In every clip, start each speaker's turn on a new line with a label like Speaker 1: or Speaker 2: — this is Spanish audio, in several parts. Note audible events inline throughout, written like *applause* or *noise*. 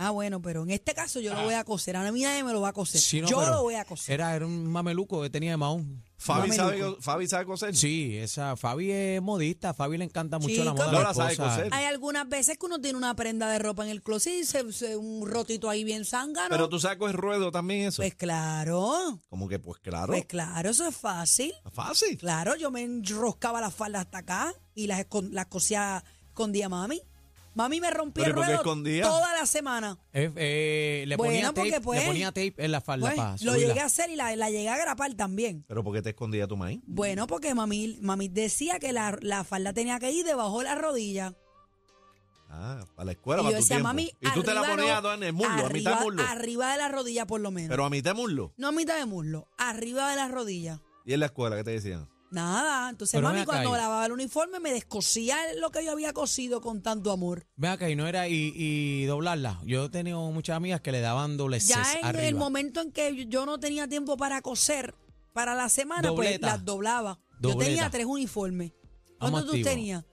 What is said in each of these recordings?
Speaker 1: Ah, bueno, pero en este caso
Speaker 2: Ah.
Speaker 1: yo lo voy a coser. A mí nadie me lo va a coser.
Speaker 3: Sí, no,
Speaker 1: yo
Speaker 3: pero
Speaker 1: lo voy a coser.
Speaker 3: Era, era un mameluco que tenía de Mahón.
Speaker 2: Fabi,
Speaker 1: Mami,
Speaker 2: sabe,
Speaker 1: Luco.
Speaker 2: Fabi sabe coser.
Speaker 3: Sí, esa Fabi es modista, Fabi le encanta mucho la
Speaker 1: Chico.
Speaker 3: moda.
Speaker 1: No
Speaker 3: de
Speaker 2: la sabe
Speaker 3: cosas.
Speaker 2: coser.
Speaker 1: Hay algunas veces que uno tiene una prenda de ropa en el closet y se, se- un rotito ahí bien zángano.
Speaker 2: Pero tú sabes coger ruedo también eso.
Speaker 1: Pues claro,
Speaker 2: Como que, pues claro. Ah,
Speaker 1: pues claro, eso es fácil.
Speaker 2: Fácil.
Speaker 1: Claro, yo me enroscaba las faldas hasta acá y las, escon- las cosía, escondía a mami. Mami me rompía
Speaker 2: ¿Pero y
Speaker 1: el
Speaker 2: por qué
Speaker 1: ruedo
Speaker 2: escondía?
Speaker 1: toda la semana.
Speaker 3: Eh, eh, le,
Speaker 1: Bueno,
Speaker 3: ponía
Speaker 1: porque,
Speaker 3: tape,
Speaker 1: pues,
Speaker 3: le ponía tape en la falda
Speaker 1: Pues,
Speaker 3: pa'
Speaker 1: lo
Speaker 3: subirla.
Speaker 1: llegué a hacer y la, la llegué a grapar también.
Speaker 2: Pero porque te escondía tu maíz.
Speaker 1: Bueno, porque mami, mami decía que la, la falda tenía que ir debajo de la rodilla.
Speaker 2: Ah, para la escuela,
Speaker 1: y yo
Speaker 2: para tu
Speaker 1: decía,
Speaker 2: tiempo.
Speaker 1: mami,
Speaker 2: y tú te la
Speaker 1: arriba
Speaker 2: ponías
Speaker 1: no,
Speaker 2: en el muslo, a mitad
Speaker 1: arriba,
Speaker 2: de muslo.
Speaker 1: arriba de la rodilla por lo menos.
Speaker 2: Pero a mitad de muslo.
Speaker 1: No a mitad de muslo, arriba de la rodilla.
Speaker 2: ¿Y en la escuela qué te decían?
Speaker 1: Nada. Entonces,
Speaker 3: Pero ven
Speaker 1: mami,
Speaker 3: acá
Speaker 1: cuando
Speaker 3: ahí.
Speaker 1: lavaba el uniforme, me descosía lo que yo había cosido con tanto amor.
Speaker 3: Ven acá, y no era y, y doblarla. Yo he tenido muchas amigas que le daban doble
Speaker 1: Ya
Speaker 3: Cs
Speaker 1: en
Speaker 3: arriba.
Speaker 1: el momento en que yo- yo no tenía tiempo para coser para la semana, pues
Speaker 3: Dobleta.
Speaker 1: las doblaba. Yo
Speaker 3: Dobleta.
Speaker 1: tenía tres uniformes. ¿Cuántos tú
Speaker 3: activo.
Speaker 1: tenías?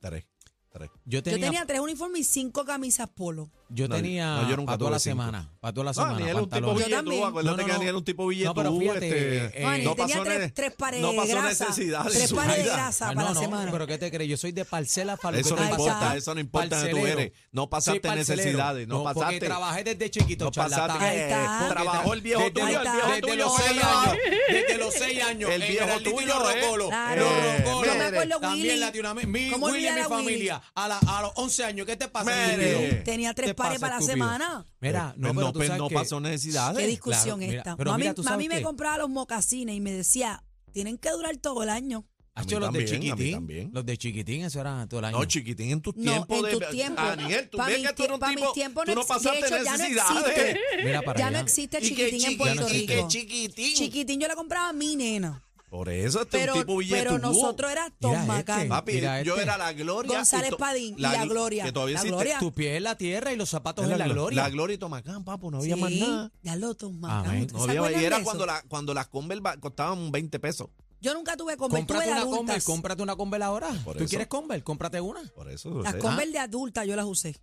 Speaker 2: Tres. Tres.
Speaker 3: yo tenía,
Speaker 1: Yo tenía tres uniformes y cinco camisas polo.
Speaker 3: Yo
Speaker 2: No,
Speaker 3: tenía
Speaker 2: no, yo nunca
Speaker 3: para toda la
Speaker 2: tuve cinco.
Speaker 3: semana. Para toda la
Speaker 2: No,
Speaker 3: semana.
Speaker 2: Daniel era un tipo
Speaker 3: pantalones.
Speaker 1: Yo también.
Speaker 2: billetú, acuérdate
Speaker 3: No, no,
Speaker 2: que
Speaker 3: no.
Speaker 2: Daniel era un tipo billetú.
Speaker 3: No, pero fíjate,
Speaker 2: este,
Speaker 3: eh,
Speaker 1: No, Daniel
Speaker 2: no
Speaker 1: tenía
Speaker 2: pasó
Speaker 1: tres-
Speaker 2: ne-
Speaker 1: tres pares
Speaker 2: no
Speaker 1: de
Speaker 2: pasó
Speaker 1: grasa,
Speaker 2: necesidades en
Speaker 1: tres
Speaker 2: su
Speaker 1: pares de
Speaker 2: vida.
Speaker 1: grasa.
Speaker 3: Ah,
Speaker 1: para
Speaker 3: no,
Speaker 1: la
Speaker 3: no,
Speaker 1: semana.
Speaker 3: Pero ¿qué te crees? Yo soy de parcelas para lo
Speaker 2: Eso
Speaker 3: que
Speaker 2: no
Speaker 3: tú
Speaker 2: importa,
Speaker 3: pasas.
Speaker 2: eso no importa que tú
Speaker 3: Parcelero.
Speaker 2: eres. No pasaste
Speaker 3: Soy parcelero.
Speaker 2: necesidades, no
Speaker 3: Porque
Speaker 2: pasaste-
Speaker 3: trabajé desde chiquito,
Speaker 2: No
Speaker 3: charlatán.
Speaker 2: pasaste.
Speaker 1: Ahí está.
Speaker 3: Porque
Speaker 2: Trabajó el viejo
Speaker 3: desde-
Speaker 2: tuyo,
Speaker 1: el
Speaker 3: desde-
Speaker 1: viejo
Speaker 3: desde
Speaker 2: tuyo
Speaker 3: los
Speaker 2: fue
Speaker 3: seis
Speaker 2: trabajado.
Speaker 3: años. Desde los seis años.
Speaker 2: El viejo
Speaker 3: Geraldito y
Speaker 2: tuyo,
Speaker 3: los
Speaker 2: eh.
Speaker 3: Rocolos.
Speaker 1: Claro.
Speaker 3: Los
Speaker 1: Eh,
Speaker 3: Rocolos.
Speaker 1: yo me acuerdo, Willy.
Speaker 3: También latino. Mi, mi-
Speaker 1: ¿Cómo
Speaker 3: Willy, mi
Speaker 1: olvidar a Willy?
Speaker 3: familia. A, la- a los 11 años. ¿Qué te pasa?
Speaker 2: Mere.
Speaker 3: estúpido?
Speaker 1: Tenía tres
Speaker 3: ¿Qué te
Speaker 1: pares
Speaker 3: pasa,
Speaker 1: para la
Speaker 3: estúpido?
Speaker 1: semana.
Speaker 3: Mira, no,
Speaker 2: Pues, No,
Speaker 3: pero tú
Speaker 2: pe-
Speaker 3: sabes
Speaker 2: no
Speaker 3: que-
Speaker 2: pasó necesidades.
Speaker 1: Qué discusión
Speaker 3: mira,
Speaker 1: esta.
Speaker 3: pero
Speaker 1: mami
Speaker 3: mira, tú
Speaker 1: mami
Speaker 3: sabes
Speaker 1: me
Speaker 3: qué.
Speaker 1: compraba los mocasines y me decía, tienen que durar todo el año.
Speaker 3: Ah,
Speaker 2: A mí
Speaker 3: yo los de
Speaker 2: también, a mí
Speaker 3: chiquitín.
Speaker 2: también.
Speaker 3: Los de chiquitín, eso era todo el año.
Speaker 2: No, chiquitín, en tus
Speaker 1: No,
Speaker 2: tiempos
Speaker 1: en
Speaker 2: de.
Speaker 1: tus tiempos.
Speaker 2: Daniel, tú
Speaker 1: Pa'
Speaker 2: ves
Speaker 1: mis
Speaker 2: que tú eras
Speaker 1: tie-
Speaker 2: un
Speaker 1: pa' mis
Speaker 2: tipo.
Speaker 1: tiempos
Speaker 2: Tú
Speaker 1: no
Speaker 2: no
Speaker 1: ex- de
Speaker 2: pasaste
Speaker 1: hecho, ya no
Speaker 2: necesidades. *laughs*
Speaker 1: existe.
Speaker 3: Mira para
Speaker 1: Ya
Speaker 3: allá.
Speaker 1: no existe
Speaker 2: Y que
Speaker 1: chiquitín en
Speaker 2: chiqui-
Speaker 1: Puerto
Speaker 3: no
Speaker 2: y
Speaker 3: existe.
Speaker 2: que
Speaker 1: Rico.
Speaker 2: chiquitín.
Speaker 1: Chiquitín yo la compraba a mi nena.
Speaker 2: Por eso este es
Speaker 1: Pero,
Speaker 2: un tipo billetú.
Speaker 1: pero nosotros era Tom
Speaker 3: Mira este.
Speaker 1: Macán.
Speaker 2: Papi,
Speaker 3: Mira
Speaker 2: yo
Speaker 3: este.
Speaker 2: era la gloria.
Speaker 1: González
Speaker 2: y to-
Speaker 1: Padín y la Gloria.
Speaker 2: Que todavía
Speaker 1: La
Speaker 2: existe.
Speaker 1: Gloria.
Speaker 3: Tu pie en la tierra y los zapatos en la
Speaker 2: glo-
Speaker 3: gloria.
Speaker 2: La gloria y Tomacán, papu, no había más
Speaker 1: Sí,
Speaker 2: nada. Ah,
Speaker 1: Ya lo Tom Macán.
Speaker 3: Amén.
Speaker 1: ¿Ustedes
Speaker 2: No
Speaker 1: se
Speaker 2: había,
Speaker 1: acuerdan
Speaker 2: y era
Speaker 1: de
Speaker 2: cuando,
Speaker 1: eso?
Speaker 2: la, cuando las Converse va- costaban 20 pesos.
Speaker 1: Yo nunca tuve Converse, tuve
Speaker 3: Cómprate
Speaker 1: de
Speaker 3: una Converse,
Speaker 1: adultas.
Speaker 3: cómprate una Converse ahora.
Speaker 2: Por
Speaker 3: ¿Tú
Speaker 2: eso.
Speaker 3: quieres Converse? Cómprate una.
Speaker 2: Por eso.
Speaker 1: Las
Speaker 2: eh,
Speaker 1: Converse de adulta yo las usé.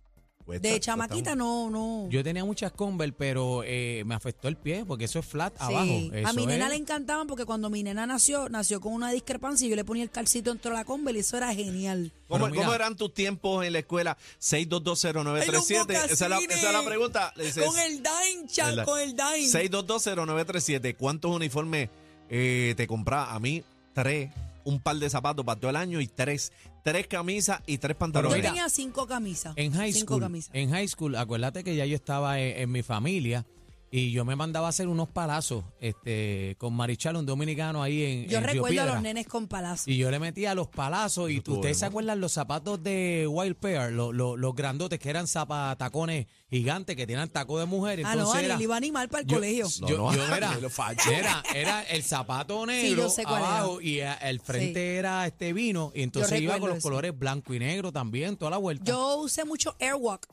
Speaker 2: cuesta-
Speaker 1: De
Speaker 2: cuesta
Speaker 1: chamaquita
Speaker 2: mucho.
Speaker 1: no, no.
Speaker 3: Yo tenía muchas Converse, pero eh, me afectó el pie porque eso es flat
Speaker 1: Sí.
Speaker 3: abajo.
Speaker 1: a mi
Speaker 3: Eso
Speaker 1: nena
Speaker 3: es-
Speaker 1: le encantaban porque cuando mi nena nació, nació con una discrepancia y yo le ponía el calcito dentro de la Converse y eso era genial.
Speaker 2: ¿Cómo,
Speaker 3: Pero mira.
Speaker 2: cómo eran tus tiempos en la escuela? 6220937.
Speaker 1: Ay, los
Speaker 2: Esa es la, esa es la
Speaker 1: mocasines.
Speaker 2: pregunta. Le dices,
Speaker 1: con el Dime, chan,
Speaker 2: ¿verdad?
Speaker 1: con el Dime.
Speaker 2: 6220937. ¿Cuántos uniformes eh, te compraba? A mí, tres. Un par de zapatos para todo el año y tres. Tres camisas y tres
Speaker 1: Yo
Speaker 2: pantalones.
Speaker 3: Mira,
Speaker 1: tenía cinco camisas.
Speaker 3: En high
Speaker 1: cinco
Speaker 3: school,
Speaker 1: camisas.
Speaker 3: en high school, acuérdate que ya yo estaba en, en mi familia y yo me mandaba a hacer unos palazos este, con Marichal, un dominicano ahí en,
Speaker 1: yo
Speaker 3: en Río
Speaker 1: recuerdo a
Speaker 3: Piedra.
Speaker 1: los nenes con palazo.
Speaker 3: Y yo le metía los palazos y
Speaker 2: Eso
Speaker 3: tú- ustedes
Speaker 2: estuvo
Speaker 3: se
Speaker 2: de moda.
Speaker 3: acuerdan los zapatos de Wild Pair, los, los, los grandotes que eran zapatacones gigantes que tenían taco de mujer.
Speaker 1: Ah, no,
Speaker 3: entonces
Speaker 1: Daniel
Speaker 3: era-
Speaker 1: iba a animar para el
Speaker 3: yo-
Speaker 1: colegio.
Speaker 2: No,
Speaker 3: yo,
Speaker 2: no,
Speaker 3: yo era,
Speaker 2: Daniel,
Speaker 3: era, era el zapato negro
Speaker 1: yo sé cuál era.
Speaker 3: abajo y a- el frente era este vino y entonces iba
Speaker 1: recuerdo
Speaker 3: con los
Speaker 1: eso.
Speaker 3: colores blanco y negro también, toda la vuelta.
Speaker 1: Yo usé mucho Airwalk.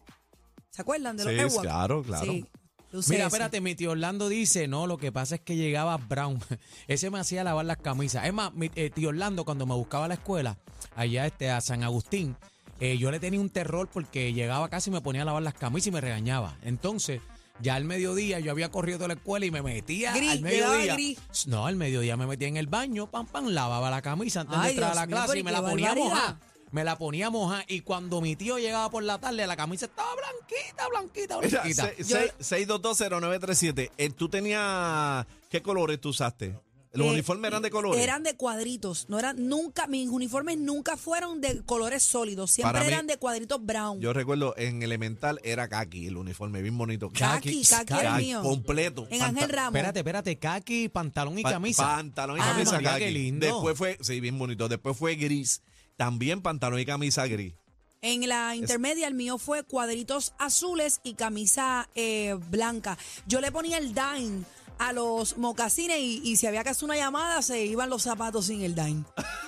Speaker 1: ¿Se acuerdan de los
Speaker 2: Sí,
Speaker 1: Airwalk?
Speaker 2: claro, claro.
Speaker 1: Sí, yo usé
Speaker 3: Mira,
Speaker 1: eso.
Speaker 3: espérate, mi tío Orlando dice, no, lo que pasa es que llegaba Brown. *laughs* Ese me hacía lavar las camisas. Es más, mi eh, tío Orlando, cuando me buscaba a la escuela, allá este, a San Agustín, eh, yo le tenía un terror porque llegaba casi y me ponía a lavar las camisas y me regañaba. Entonces, ya al mediodía yo había corrido de la escuela y me metía
Speaker 1: Gris,
Speaker 3: al
Speaker 1: le daba
Speaker 3: mediodía.
Speaker 1: gris.
Speaker 3: No, al mediodía me metía en el baño, pam, pam, lavaba la camisa antes
Speaker 1: Ay,
Speaker 3: de entrar a
Speaker 1: Dios
Speaker 3: la
Speaker 1: mío,
Speaker 3: clase
Speaker 1: pero
Speaker 3: y me
Speaker 1: qué
Speaker 3: la ponía
Speaker 1: barbaridad.
Speaker 3: mojada. Me la ponía moja y cuando mi tío llegaba por la tarde, la camisa estaba blanquita, blanquita,
Speaker 2: Mira, se-
Speaker 3: blanquita.
Speaker 2: se- 6220937. Eh, ¿Tú tenías qué colores tú usaste? ¿Los
Speaker 1: Eh,
Speaker 2: uniformes eran de colores?
Speaker 1: Eran de cuadritos. No eran, nunca, mis uniformes nunca fueron de colores sólidos. Siempre
Speaker 2: Para mí-
Speaker 1: eran de cuadritos brown.
Speaker 2: Yo recuerdo en elemental era kaki el uniforme bien bonito.
Speaker 1: Kaki, Kaki era
Speaker 2: Kaki,
Speaker 1: mío.
Speaker 2: completo.
Speaker 1: en
Speaker 2: Panta-
Speaker 1: Ángel Ramos.
Speaker 3: Espérate, espérate, kaki, pantalón y
Speaker 2: pa-
Speaker 3: camisa.
Speaker 2: Pantalón y
Speaker 1: Ah,
Speaker 2: camisa
Speaker 3: María,
Speaker 2: kaki.
Speaker 3: qué lindo.
Speaker 2: Después fue, sí, bien bonito. Después fue gris. También pantalón y camisa gris.
Speaker 1: En la intermedia el mío fue cuadritos azules y camisa eh, blanca. Yo le ponía el dime a los mocasines y, y si había que hacer una llamada se iban los zapatos sin el dime.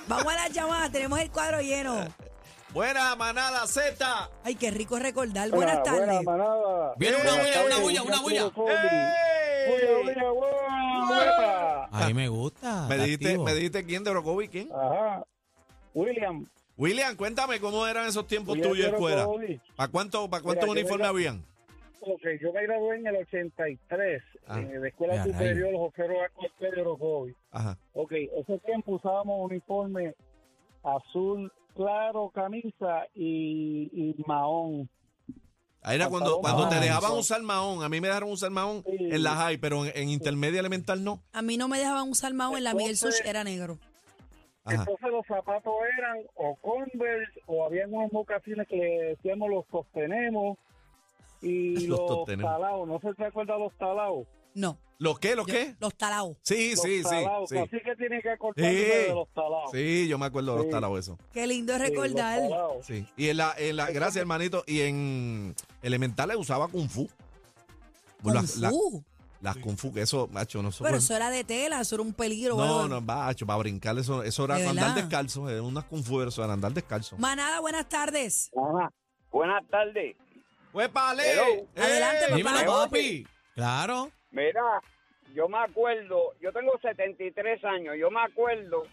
Speaker 1: Vamos a la llamada, tenemos el cuadro lleno.
Speaker 2: Buena manada Z.
Speaker 1: Ay, qué rico es recordar. Buenas tardes.
Speaker 4: manada.
Speaker 3: Viene una bulla, una bulla, una bulla.
Speaker 2: ¡Ey!
Speaker 3: A mí me gusta.
Speaker 2: Me
Speaker 3: está
Speaker 2: dijiste,
Speaker 3: activo.
Speaker 2: me dijiste quién de Orocovi, quién.
Speaker 4: Ajá. William.
Speaker 2: William, cuéntame cómo eran esos tiempos
Speaker 4: William
Speaker 2: tuyos de
Speaker 4: de
Speaker 2: escuela.
Speaker 4: Orocovi.
Speaker 2: ¿Para cuánto, para cuántos
Speaker 4: Mira, yo
Speaker 2: uniformes
Speaker 4: era-
Speaker 2: habían?
Speaker 4: Ok, yo me gradué en el 83
Speaker 2: Ah,
Speaker 4: eh, de Escuela
Speaker 3: ya,
Speaker 4: Superior Los Oferos Alcohol de Orocovi.
Speaker 2: Ajá.
Speaker 4: Ok, ese tiempo usábamos uniforme azul claro, camisa y, y mahón.
Speaker 2: Ahí era
Speaker 4: Pantalón
Speaker 2: cuando, cuando te
Speaker 3: mahón.
Speaker 2: dejaban usar mahón. A mí me dejaron usar mahón
Speaker 4: Sí.
Speaker 2: en la high, pero en, en intermedia elemental no.
Speaker 1: A mí no me dejaban usar mao en la Miguel Sush,
Speaker 4: Entonces-
Speaker 1: era negro.
Speaker 2: Ajá.
Speaker 4: Entonces los zapatos eran o Converse o habían unos mocasines que le decíamos los sostenemos y
Speaker 2: *laughs* Los
Speaker 4: los,
Speaker 2: sostenemos.
Speaker 4: talaos. No sé si te acuerdas los talaos.
Speaker 1: No.
Speaker 2: ¿Los qué? ¿Los
Speaker 1: yo-
Speaker 2: qué?
Speaker 1: Los talaos.
Speaker 2: Sí,
Speaker 4: Los
Speaker 2: sí, sí,
Speaker 4: talaos.
Speaker 2: sí.
Speaker 4: Así que tiene que acordarse
Speaker 2: Sí.
Speaker 4: de los talaos.
Speaker 2: Sí, yo me acuerdo de los
Speaker 4: Sí.
Speaker 2: talados eso.
Speaker 1: Qué lindo es
Speaker 4: Sí, los
Speaker 1: recordar.
Speaker 4: talaos.
Speaker 2: Sí. Y en la, en la, gracias hermanito, y en elementales usaba kung fu.
Speaker 1: Kung
Speaker 2: las, la-
Speaker 1: Fu.
Speaker 2: las kung fu, que eso, macho, no
Speaker 1: Pero
Speaker 2: soporto.
Speaker 1: eso era de tela, eso era un peligro.
Speaker 2: No,
Speaker 1: bárbaro.
Speaker 2: no, macho, para brincar eso, eso era
Speaker 1: ¿De
Speaker 2: andar
Speaker 1: verdad?
Speaker 2: descalzo, era unas kung fu, eso era andar descalzo.
Speaker 1: Manada, buenas tardes.
Speaker 4: Ajá. Buenas tardes.
Speaker 2: ¡Huepale!
Speaker 4: Hello.
Speaker 2: Eh,
Speaker 1: Adelante, papá.
Speaker 3: Dímelo,
Speaker 4: Papá.
Speaker 3: papi. Claro.
Speaker 4: Mira, yo me acuerdo, yo tengo 73 años, yo me acuerdo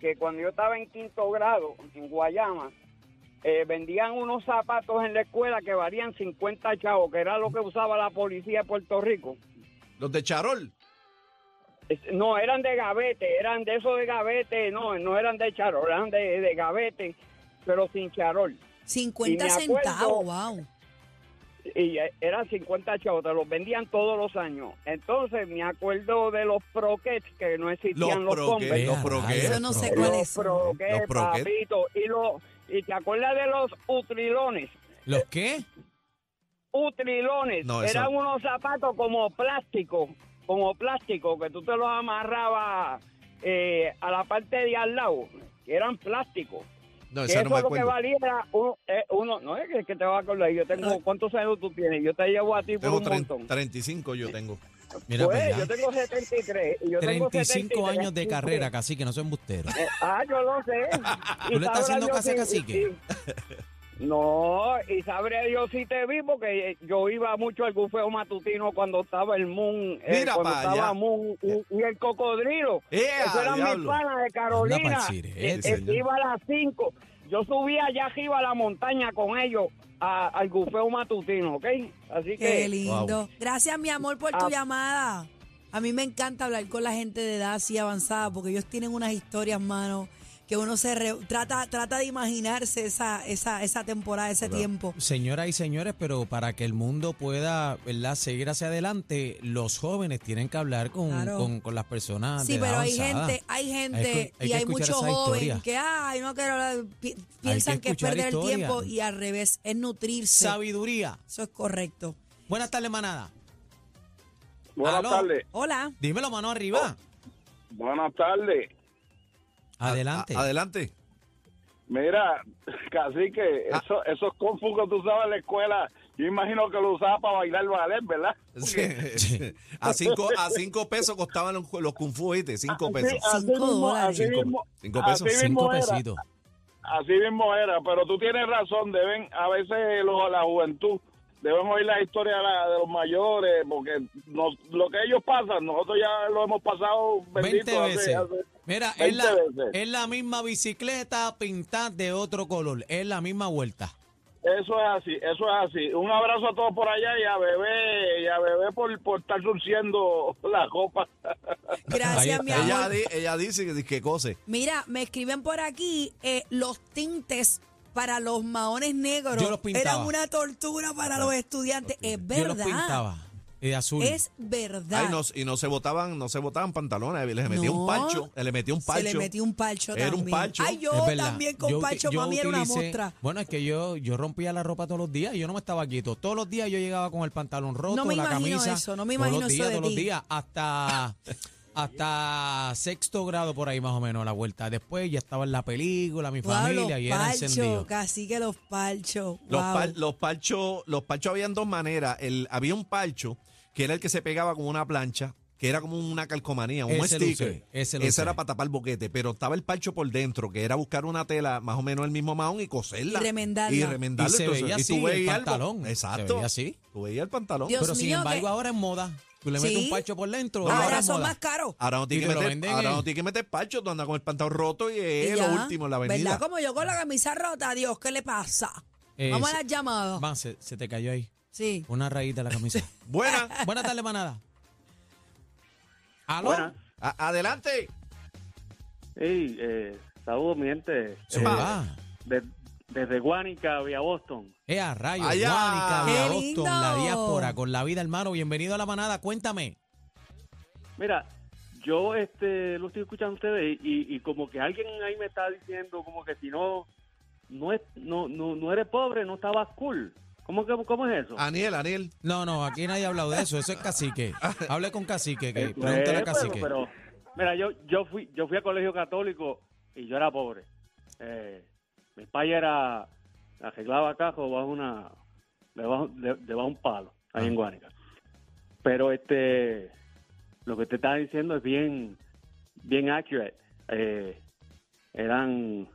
Speaker 4: que cuando yo estaba en quinto grado en Guayama,
Speaker 5: eh, vendían unos zapatos en la escuela que valían 50 chavos, que era lo que usaba la policía de Puerto Rico.
Speaker 2: Los de Charol.
Speaker 5: Es- No, eran de gavete, eran de esos de gavete, no, no eran de charol, eran de, de gavete, pero sin charol.
Speaker 1: 50
Speaker 5: Y me acuerdo-
Speaker 1: centavos, wow.
Speaker 5: Y eh, eran 50 chavos, te los vendían todos los años. Entonces me acuerdo de los proquets, que no
Speaker 2: Los
Speaker 5: existían los,
Speaker 2: proques.
Speaker 5: Converse.
Speaker 2: Los
Speaker 3: Vea,
Speaker 2: proques.
Speaker 1: Yo no sé
Speaker 3: Los
Speaker 1: cuáles
Speaker 5: Los
Speaker 1: son.
Speaker 5: proquets,
Speaker 2: Los Croquet.
Speaker 5: papito, y, los, y te acuerdas de los utrilones.
Speaker 3: ¿Los qué?
Speaker 5: utrilones.
Speaker 2: No, eso-
Speaker 5: Eran unos zapatos como plástico, como plástico, que tú te los amarrabas eh, a la parte de al lado, que eran plástico.
Speaker 2: No,
Speaker 5: Que
Speaker 2: esa
Speaker 5: eso
Speaker 2: no me
Speaker 5: lo que
Speaker 2: acuerdo.
Speaker 5: valía era uno, eh, uno- no es que, que te vas a acordar, yo tengo, ¿cuántos años tú tienes? Yo te llevo a ti por
Speaker 2: Tengo
Speaker 5: un
Speaker 2: tre-
Speaker 5: montón.
Speaker 2: 35 yo tengo.
Speaker 3: Mira,
Speaker 5: Pues,
Speaker 3: para
Speaker 5: yo
Speaker 3: allá.
Speaker 5: tengo 73. y Yo tengo
Speaker 3: 35
Speaker 5: 73.
Speaker 3: años de carrera, casi que no soy embustero.
Speaker 5: Eh, ah, yo lo
Speaker 2: *laughs*
Speaker 5: sé.
Speaker 3: ¿Tú le estás haciendo
Speaker 5: Dios
Speaker 3: casi a
Speaker 5: si-
Speaker 3: cacique?
Speaker 5: si- No, y sabré Dios si te vi, porque yo iba mucho al bufeo matutino cuando estaba el Moon, eh,
Speaker 2: Mira
Speaker 5: cuando
Speaker 2: pa'
Speaker 5: estaba
Speaker 2: allá.
Speaker 5: Moon y, y el Cocodrilo.
Speaker 2: ¡Ea,
Speaker 5: Eso eran mis
Speaker 2: Eh, diablo!
Speaker 5: panas de
Speaker 3: Anda
Speaker 5: Carolina.
Speaker 3: pa'l sirete,
Speaker 5: Eh, eh,
Speaker 2: señor.
Speaker 5: iba a las 5. Yo subía allá arriba a la montaña con ellos a- al bufeo matutino, ¿ok? Así
Speaker 1: Qué
Speaker 5: que...
Speaker 1: lindo. Gracias, mi amor, por tu
Speaker 5: Ah.
Speaker 1: llamada. A mí me encanta hablar con la gente de edad así avanzada porque ellos tienen unas historias, mano, que uno se re- trata trata de imaginarse esa esa esa temporada, ese tiempo.
Speaker 3: Señoras y señores, pero para que el mundo pueda ¿verdad? seguir hacia adelante, los jóvenes tienen que hablar con,
Speaker 1: Claro.
Speaker 3: con, con las personas.
Speaker 1: Sí,
Speaker 3: de edad
Speaker 1: pero hay
Speaker 3: avanzada.
Speaker 1: gente, hay
Speaker 3: Hay
Speaker 1: gente
Speaker 3: que- hay
Speaker 1: y
Speaker 3: que
Speaker 1: hay
Speaker 3: escuchar
Speaker 1: muchos
Speaker 3: esas
Speaker 1: jóvenes
Speaker 3: historias.
Speaker 1: que ay, no quiero hablar", pi- piensan que, es
Speaker 3: escuchar
Speaker 1: perder el
Speaker 3: historias.
Speaker 1: tiempo y al revés, es nutrirse.
Speaker 3: Sabiduría.
Speaker 1: Eso es correcto.
Speaker 3: Buenas tardes, manada.
Speaker 4: Buenas
Speaker 3: Aló.
Speaker 4: tardes.
Speaker 1: Hola.
Speaker 3: Dímelo, mano arriba.
Speaker 4: Buenas tardes.
Speaker 3: Adelante.
Speaker 2: Oh. A- adelante.
Speaker 4: Mira, *laughs* casi que
Speaker 2: Ah.
Speaker 4: eso, esos confus que tú usabas en la escuela, yo imagino que lo usabas para bailar ballet, ¿verdad?
Speaker 2: *laughs*
Speaker 3: Sí.
Speaker 2: a, cinco, a cinco pesos costaban los, los Kung Fu, ¿viste? Cinco pesos.
Speaker 4: así
Speaker 1: Cinco
Speaker 4: mismo,
Speaker 1: dólares.
Speaker 4: así
Speaker 2: Cinco-
Speaker 4: mismo,
Speaker 2: cinco
Speaker 4: así
Speaker 2: pesos,
Speaker 4: mismo
Speaker 3: Cinco
Speaker 4: era,
Speaker 3: pesitos.
Speaker 4: Así mismo era, pero tú tienes razón, deben, a veces lo- la juventud, deben oír la historia de, la- de los mayores, porque nos- lo que ellos pasan, nosotros ya lo hemos pasado,
Speaker 3: 20
Speaker 4: bendito, hace-
Speaker 3: veces.
Speaker 4: hace-
Speaker 3: Mira, es
Speaker 4: 20
Speaker 3: la,
Speaker 4: veces.
Speaker 3: es la misma bicicleta pintada de otro color. Es la misma vuelta.
Speaker 4: Eso es así, eso es así. Un abrazo a todos por allá y a bebé, y a bebé por, por estar surciendo *laughs* la copa.
Speaker 1: Gracias, mi
Speaker 3: está.
Speaker 1: amor.
Speaker 2: Ella, di- ella dice que, que cose.
Speaker 1: Mira, me escriben por aquí eh, los tintes para los maones negros.
Speaker 3: Yo los pintaba.
Speaker 1: Eran una tortura para los estudiantes. Es verdad.
Speaker 3: Yo los pintaba de azul.
Speaker 1: Es verdad.
Speaker 2: Ay, no, y no se botaban, no se botaban pantalones, le metía
Speaker 1: No.
Speaker 2: un pancho, le metía un
Speaker 1: Se
Speaker 2: parcho.
Speaker 1: le metió un parcho
Speaker 2: Era un
Speaker 1: también.
Speaker 2: parcho.
Speaker 1: Ay, yo
Speaker 3: Es verdad.
Speaker 1: también con
Speaker 3: Yo uti-
Speaker 1: parcho,
Speaker 3: yo
Speaker 1: para mí era una
Speaker 3: utilicé-
Speaker 1: muestra.
Speaker 3: Bueno, es que yo, yo rompía la ropa todos los días, yo no me estaba quieto. Todos los días yo llegaba con el pantalón roto,
Speaker 1: No me
Speaker 3: la
Speaker 1: imagino
Speaker 3: camisa.
Speaker 1: eso, no me
Speaker 3: todos
Speaker 1: imagino
Speaker 3: los
Speaker 1: eso
Speaker 3: días,
Speaker 1: de
Speaker 3: todos los
Speaker 1: ti.
Speaker 3: días,
Speaker 1: *laughs*
Speaker 3: hasta, hasta sexto grado por ahí más o menos la vuelta. Después ya estaba en la película, mi
Speaker 1: Wow,
Speaker 3: familia, y
Speaker 1: los
Speaker 3: era
Speaker 1: parchos,
Speaker 3: encendido.
Speaker 1: casi que los parchos.
Speaker 2: Los,
Speaker 1: Wow.
Speaker 2: par- los parchos, los parchos habían dos maneras. El, había un parcho que era el que se pegaba con una plancha, que era como una calcomanía, un
Speaker 3: Ese lo
Speaker 2: sticker.
Speaker 3: usé, ese lo usé.
Speaker 2: era para tapar boquete, pero estaba el parcho por dentro, que era buscar una tela más o menos el mismo mahón y coserla.
Speaker 1: Y remendarla.
Speaker 2: Y
Speaker 3: Y
Speaker 2: remendarla.
Speaker 3: se
Speaker 2: Entonces,
Speaker 3: veía
Speaker 2: y tú
Speaker 3: así el
Speaker 2: veías
Speaker 3: pantalón.
Speaker 2: Exacto.
Speaker 3: Se veía así.
Speaker 2: Tú veías el pantalón.
Speaker 1: Dios
Speaker 3: Pero sin
Speaker 1: mío,
Speaker 3: embargo
Speaker 1: que-
Speaker 3: ahora es moda. Tú le
Speaker 1: Sí.
Speaker 3: metes un parcho por dentro.
Speaker 1: Ahora
Speaker 3: ahora es
Speaker 1: son
Speaker 3: moda. Ah,
Speaker 1: más caros.
Speaker 2: Ahora no
Speaker 3: Y
Speaker 2: tienes
Speaker 3: te
Speaker 2: que
Speaker 3: lo
Speaker 2: meter,
Speaker 3: venden
Speaker 2: ahora
Speaker 3: en-
Speaker 2: no tienes que meter parcho, tú andas con el pantalón roto y
Speaker 1: Y
Speaker 2: es
Speaker 1: ya,
Speaker 2: lo último en la avenida.
Speaker 1: ¿Verdad? Como yo con la camisa rota, Dios, ¿qué le pasa?
Speaker 3: Eh,
Speaker 1: Vamos a
Speaker 3: se-
Speaker 1: las llamadas.
Speaker 3: Man, se, se te cayó ahí.
Speaker 1: Sí.
Speaker 3: Una raíz de la camisa.
Speaker 1: *laughs*
Speaker 2: Buena.
Speaker 3: Buenas tardes, manada. ¿Aló?
Speaker 2: A- adelante.
Speaker 6: Hey, eh, saludos, mi gente.
Speaker 3: Se
Speaker 6: Eh,
Speaker 3: va.
Speaker 6: de- desde Guánica, vía Boston.
Speaker 3: Ah, Eh, a rayos,
Speaker 2: Allá.
Speaker 3: Guánica,
Speaker 1: ¡Qué
Speaker 3: Villa Boston, la
Speaker 1: lindo!
Speaker 3: diáspora, con la vida, hermano. Bienvenido a la manada, cuéntame.
Speaker 6: Mira, yo este, lo estoy escuchando a ustedes y, y como que alguien ahí me está diciendo como que si no no, es, no, no, no eres pobre, no estabas cool. ¿Cómo, que- cómo es eso?
Speaker 2: Aniel, Aniel.
Speaker 3: No, no, aquí nadie ha hablado de eso, eso es cacique. Hable con cacique, que
Speaker 6: Eh,
Speaker 3: pregúntale a
Speaker 6: pero-
Speaker 3: cacique.
Speaker 6: pero, mira, yo, yo, fui, yo fui a colegio católico y yo era pobre. Eh, mi padre era, arreglaba cajos bajo una, debajo, de- debajo un palo, ahí
Speaker 3: Ah.
Speaker 6: en Guánica. Pero este, lo que te estaba diciendo es bien, bien accurate. Eh, eran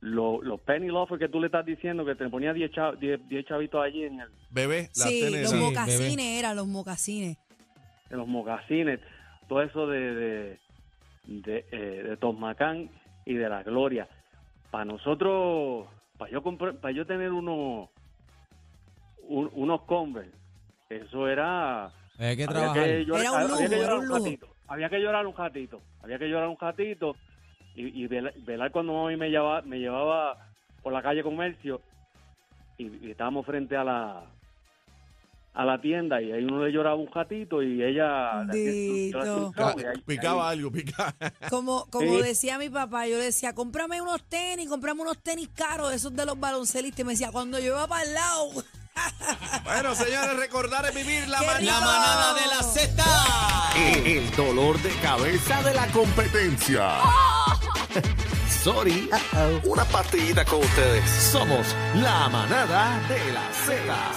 Speaker 6: lo- los penny loafers que tú le estás diciendo que te ponía 10 chav- 10 10 chavitos allí en el,
Speaker 2: Bebé, la
Speaker 1: Sí,
Speaker 2: tele.
Speaker 1: los
Speaker 3: Sí, bebé.
Speaker 1: mocasines eran los mocasines.
Speaker 6: de los mocasines, todo eso de, de, de, eh, de Tosmacán y de la Gloria. Para nosotros, pa- para yo comprar, para yo tener unos un- unos Converse, eso era
Speaker 3: Hay que
Speaker 6: había
Speaker 3: trabajar.
Speaker 6: que llorar-
Speaker 1: Era un
Speaker 6: había que
Speaker 1: lujo,
Speaker 6: llorar
Speaker 1: era un lujo.
Speaker 6: ratito, había que llorar un ratito, había que llorar un ratito y, y vela- velar, cuando mami me llevaba, me llevaba por la calle comercio y, y estábamos frente a la a la tienda y ahí uno le lloraba un ratito y ella
Speaker 1: Bendito.
Speaker 6: la- y ahí-
Speaker 2: Picaba algo, picaba.
Speaker 1: Como, como
Speaker 6: Sí.
Speaker 1: decía mi papá, yo le decía, cómprame unos tenis, cómprame unos tenis caros, esos de los baloncelistas. Y me decía, cuando yo iba para el lado,
Speaker 2: Bueno, señores, recordar es vivir la
Speaker 1: Qué
Speaker 2: manada.
Speaker 1: rico.
Speaker 7: La manada de la Z.
Speaker 8: El, el dolor de cabeza de la competencia. Sorry. Una partidita con ustedes. Somos la manada de la Z.